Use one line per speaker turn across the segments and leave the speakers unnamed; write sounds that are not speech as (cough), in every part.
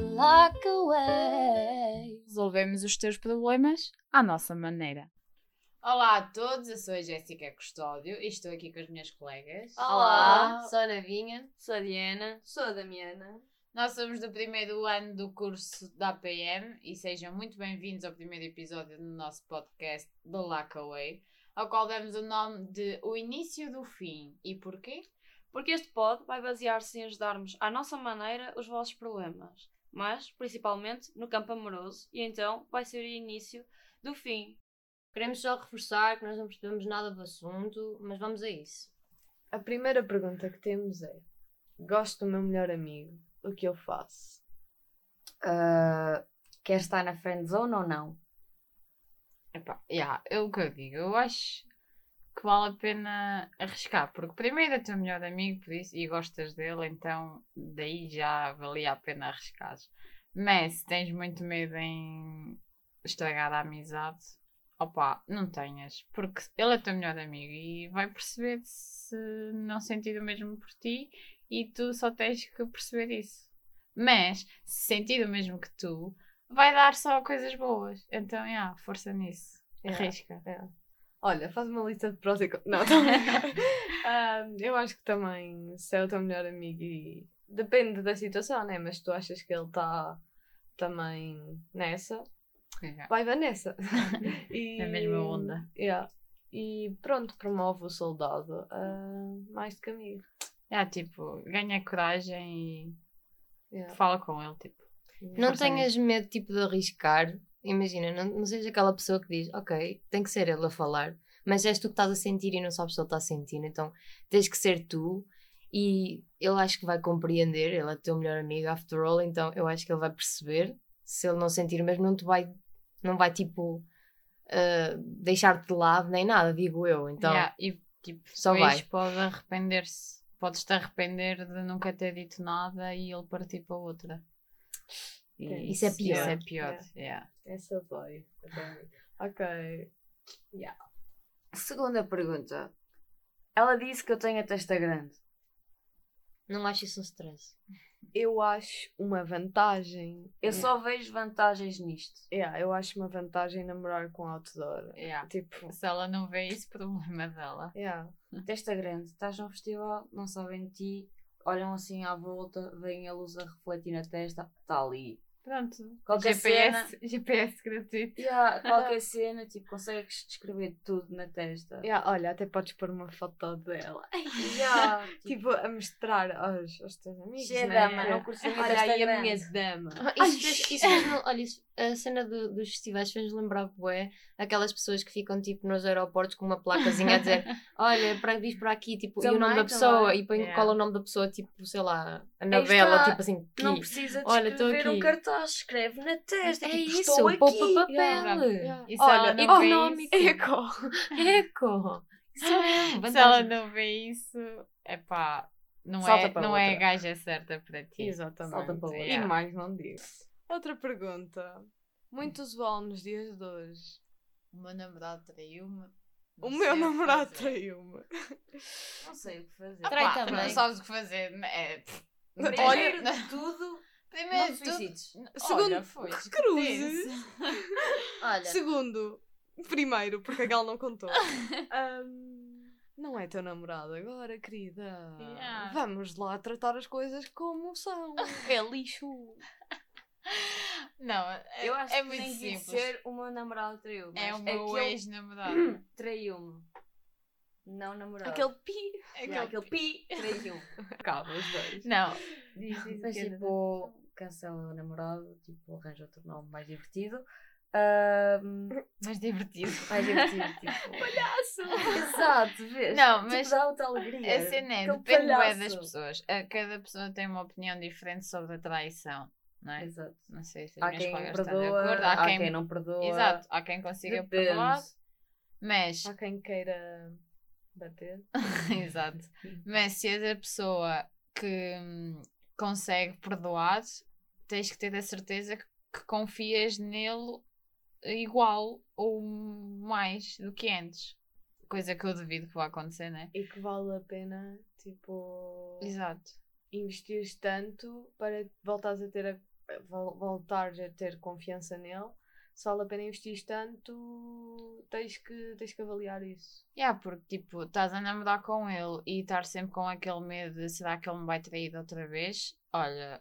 like away. Resolvemos os teus problemas à nossa maneira.
Olá a todos, eu sou a Jéssica Custódio e estou aqui com as minhas colegas.
Olá.
sou a Navinha.
Sou a Diana.
Sou a Damiana.
Nós somos do primeiro ano do curso da APM e sejam muito bem-vindos ao primeiro episódio do nosso podcast The Lackaway, ao qual demos o nome de O Início do Fim. E porquê?
Porque este pod vai basear-se em ajudarmos à nossa maneira os vossos problemas, mas principalmente no campo amoroso, e então vai ser o início do fim.
Queremos só reforçar que nós não percebemos nada do assunto, mas vamos a isso.
A primeira pergunta que temos é: Gosto do meu melhor amigo, o que eu faço?
quer estar na friendzone ou não?
Epá, yeah, é o que eu digo. Eu acho que vale a pena arriscar, porque primeiro é teu melhor amigo por isso, e gostas dele, então daí já valia a pena arriscar. Mas se tens muito medo em estragar a amizade, opá, não tenhas, porque ele é teu melhor amigo e vai perceber se não sentir o mesmo por ti e tu só tens que perceber isso. Mas se sentir o mesmo que tu, vai dar só coisas boas. Então, yeah, força nisso.
É.
Arrisca.
Olha, faz uma lista de prós e contras. (laughs) Não, tô a brincar. Ah, eu acho que também, se é o teu melhor amigo e. Depende da situação, né? Mas tu achas que ele está também nessa,
É.
Yeah.
vai (laughs) Vanessa. E...
Na mesma onda.
Yeah. E pronto, promove o soldado a mais do que amigo.
Yeah, tipo, ganha coragem e
É.
Yeah.
fala com ele, tipo.
Não
Força
tenhas medo, tipo, de arriscar. Imagina, não, não sejas aquela pessoa que diz, ok, tem que ser ele a falar, mas és tu que estás a sentir e não sabes se ele está a sentir, então tens que ser tu. E ele acho que vai compreender, ele é teu melhor amigo, after all, então eu acho que ele vai perceber se ele não sentir, mas não te vai, não vai tipo, ah, deixar-te de lado nem nada, digo eu. Então,
Yeah, E, tipo,
Só
depois
vai.
pode arrepender-se. Podes-te arrepender de nunca ter dito nada e ele partir para outra. E
É,
isso é pior.
Isso é pior, yeah.
Essa vai. Ok.
Segunda pergunta. Ela disse que eu tenho a testa grande.
não acho isso um stress. É.
Eu acho uma vantagem.
Eu só vejo vantagens nisto.
Yeah, eu acho uma vantagem namorar com outdoor.
Yeah.
Tipo,
Se ela não vê isso, problema dela.
yeah.
Testa grande. Estás num festival, não sabem de ti, olham assim à volta, veem a luz a refletir na testa, está
(laughs)
ali.
Pronto.
Qualquer
GPS, GPS gratuito.
Yeah, qualquer cena, tipo, consegues descrever tudo na
(laughs)
testa.
Yeah, olha, até podes pôr uma foto dela.
Yeah, tipo,
Tipo, a mostrar aos, aos teus amigos.
cheia de
né?
dama, não curti muito
Olha
esta
aí a
grande.
minha dama.
Isso fez, isso fez olha, isso- a cena do- dos festivais fez-nos lembrar bué aquelas pessoas que ficam tipo nos aeroportos com uma placazinha a dizer olha, para, diz para aqui tipo, e o nome
Também,
da pessoa
também.
e põe,
Yeah.
cola o nome da pessoa tipo, sei lá, Anabela,
está.
tipo assim
Não
Ki.
precisa de
Olha, tô
escrever um
aqui.
cartaz, escreve na testa.
é
tipo,
isso,
estou aqui.
poupa papel
yeah.
E se
olha,
ela não vê
económico
isso-
(laughs)
eco isso mesmo,
Se ela
vantagem.
não vê isso, é pá, não,
Salta
é,
para
não é a
outra.
gaja certa para ti.
Exatamente.
Salta para outra.
E mais não digo. Outra pergunta. Muito usual nos dias de hoje.
O meu namorado traiu-me.
O meu namorado traiu-me.
Não sei o que fazer.
Trai também.
Não sabes o que fazer. É, pff, não tens-
Primeiro (laughs)
não-
de tudo,
primeiro
não
de
te
tudo.
(laughs) suicides.
Segundo,
Olha, foi. é
que cruzes.
olha,
Segundo, primeiro, porque a Gal
(laughs)
não contou. Ahm, não é teu namorado agora, querida.
Yeah.
Vamos lá tratar as coisas como são. É lixo.
Não, é,
Eu acho
é
que
muito
nem devia
simples.
ser o meu namorado traiu.
É o
mas
meu
aquele
(coughs) ex-namorado.
É Traiu-me. Não namorado.
Aquele pi.
É
Yeah,
aquele-
aquele pi traiu-me. (laughs)
Calma, os dois.
Não,
Diz, diz
Mas,
que é
tipo,
cancela o namorado, tipo, arranja outro nome mais divertido. Ahm,
mas divertido.
mais é
(laughs)
divertido, tipo. palhaço! Exato, vês?
Não,
Tipo,
mas-
dá outra alegria.
A cena é,
Aquele
depende bué das
palhaço.
pessoas. A- Cada pessoa tem uma opinião diferente sobre a traição, não é?
Exato.
Não sei se as
Há
minhas
quem
colegas estão de
perdoa,
acordo.
há, quem... não perdoa.
Exato, há quem consiga perdoar,
Depende.
mas
Há quem queira bater.
(laughs) Exato. Mas se és a pessoa que hum, consegue perdoar, tens que ter a certeza que, que confias nele igual ou mais do que antes. Coisa que eu duvido que vá acontecer, né?
E que vale a pena, tipo,
Exato.
investires tanto para voltares a ter a vol- voltar a ter confiança nele, se vale a pena investir tanto, tens que, tens que avaliar isso.
Yeah, porque tipo, estás a namorar com ele e estar sempre com aquele medo de será que ele me vai trair outra vez? Olha,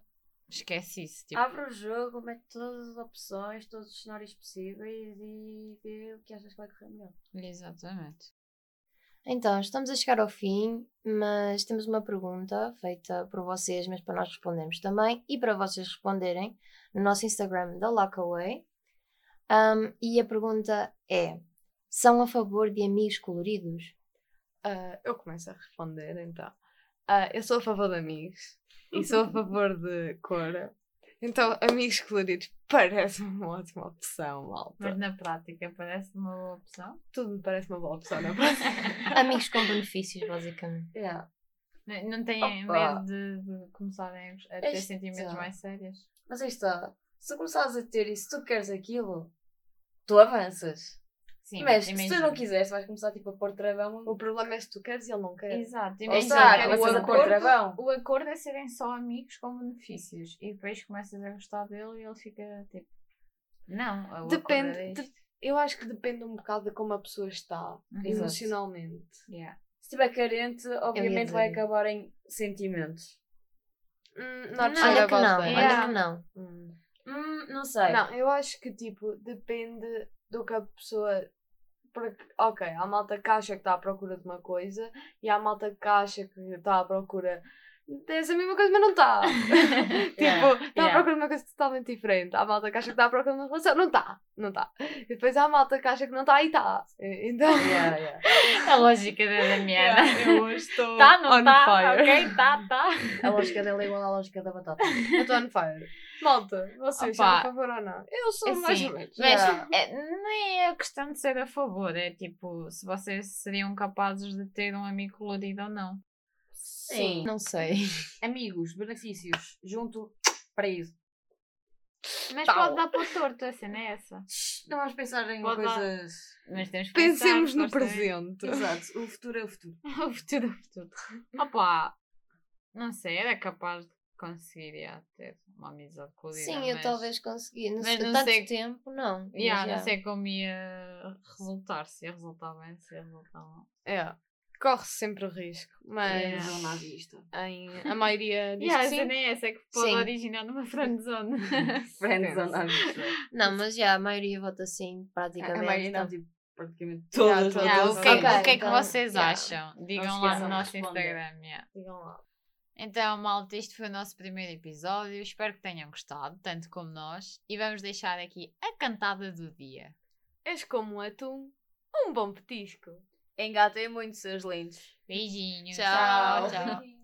esquece isso. Tipo,
Abre o jogo, mete todas as opções, todos os cenários possíveis e vê o que achas que vai correr melhor.
Exatamente.
Então, estamos a chegar ao fim, mas temos uma pergunta feita por vocês, mas para nós respondermos também e para vocês responderem no nosso Instagram da Lockaway. Um, e a pergunta é: são a favor de amigos
(laughs)
coloridos?
Ah, eu começo a responder então. Ah, eu sou a favor de amigos e sou a favor de cor. Então, amigos coloridos parece uma ótima opção, malta.
Mas na prática parece uma boa opção?
Tudo me parece uma boa opção, não é? parece?
(laughs)
Amigos com benefícios, basicamente.
Yeah.
Não, não têm
Opa.
medo de, de começarem a ter
Este-
sentimentos mais sérios?
Mas aí está. Se começares a ter isso, tu queres aquilo, tu avanças.
Sim,
Mas se tu
imagina.
não quiseres, vais começar tipo a pôr travão.
O problema é se tu queres e ele não quer.
é Exato,
Ou
imagina.
está,
o,
começas a pôr
acordo,
travão.
o acordo é serem só amigos com benefícios e depois começas a gostar dele e ele fica tipo. Não, o
Depende-
acordo é isto.
Eu acho que depende um bocado de como a pessoa está
Exato.
emocionalmente.
(laughs)
Yeah.
Se estiver carente, obviamente
dizer
vai
isso.
acabar em sentimentos.
Hum, not
Não,
sure
olha que
about
não,
that.
Yeah.
olha que não.
Hum.
Hum, não sei.
Não, eu acho que tipo, depende do que a pessoa. Porque, ok, há malta que acha que está à procura de uma coisa e há malta que acha que está à procura dessa mesma coisa, mas não
(laughs)
está. (laughs) tipo,
Yeah,
está à procura de uma coisa totalmente diferente. Há malta que acha que está à procura de uma relação, não está, não está. E depois há malta que acha que não está e está. E- Então.
(laughs)
Yeah, yeah.
A lógica da Damiana.
eu hoje estou.
Tá, não
on
tá?
fire.
Ok, tá, tá.
A lógica dela é igual à lógica da batata.
Eu estou on fire. Malta, vocês são
Opa.
a favor ou não? Eu sou mais
Assim,
ou menos.
Mas
Yeah.
é, nem é a questão de ser a favor, é tipo, se vocês seriam capazes de ter um amigo colorido ou não.
Sim.
Não sei.
Amigos, benefícios, junto, paraíso.
Mas
Tal.
pode dar para o torto, a cena é essa.
Não vamos pensar em
Pode dar.
coisas.
Mas temos que
Pensemos
pensar,
no
supostamente.
presente.
Exato, o futuro é o futuro.
(laughs) o futuro, é o futuro. Opa, não sei, era capaz de conseguir já, ter uma amizade colorida.
Sim, eu
mas-
talvez consegui. Não
mas
sei,
não
tanto
sei-
tempo, não. Mas,
Yeah,
yeah.
Não sei como ia resultar, se ia resultar bem, se ia resultar mal.
É. Corre sempre o risco, mas
Yeah.
Não à vista.
em, a maioria diz
Yeah, a
que sim.
cena é essa que pode
Sim.
originar numa friendzone.
Friendzone à vista.
Não, mas já, a maioria vota sim,
A
praticamente.
maioria
então.
não, tipo, praticamente
Yeah,
todas.
todas.
Yeah, o que, é-
Ok,
o que é que
então,
vocês
yeah.
acham? Digam lá
Não
no
esqueçam de
nosso
responder.
Instagram. yeah.
Digam lá.
Então, malta, este foi o nosso primeiro episódio. Espero que tenham gostado, tanto como nós. E vamos deixar aqui a cantada do dia.
És como um atum, um bom petisco.
Engatem muito, seus lindos.
Beijinhos.
Tchau.
tchau.
tchau.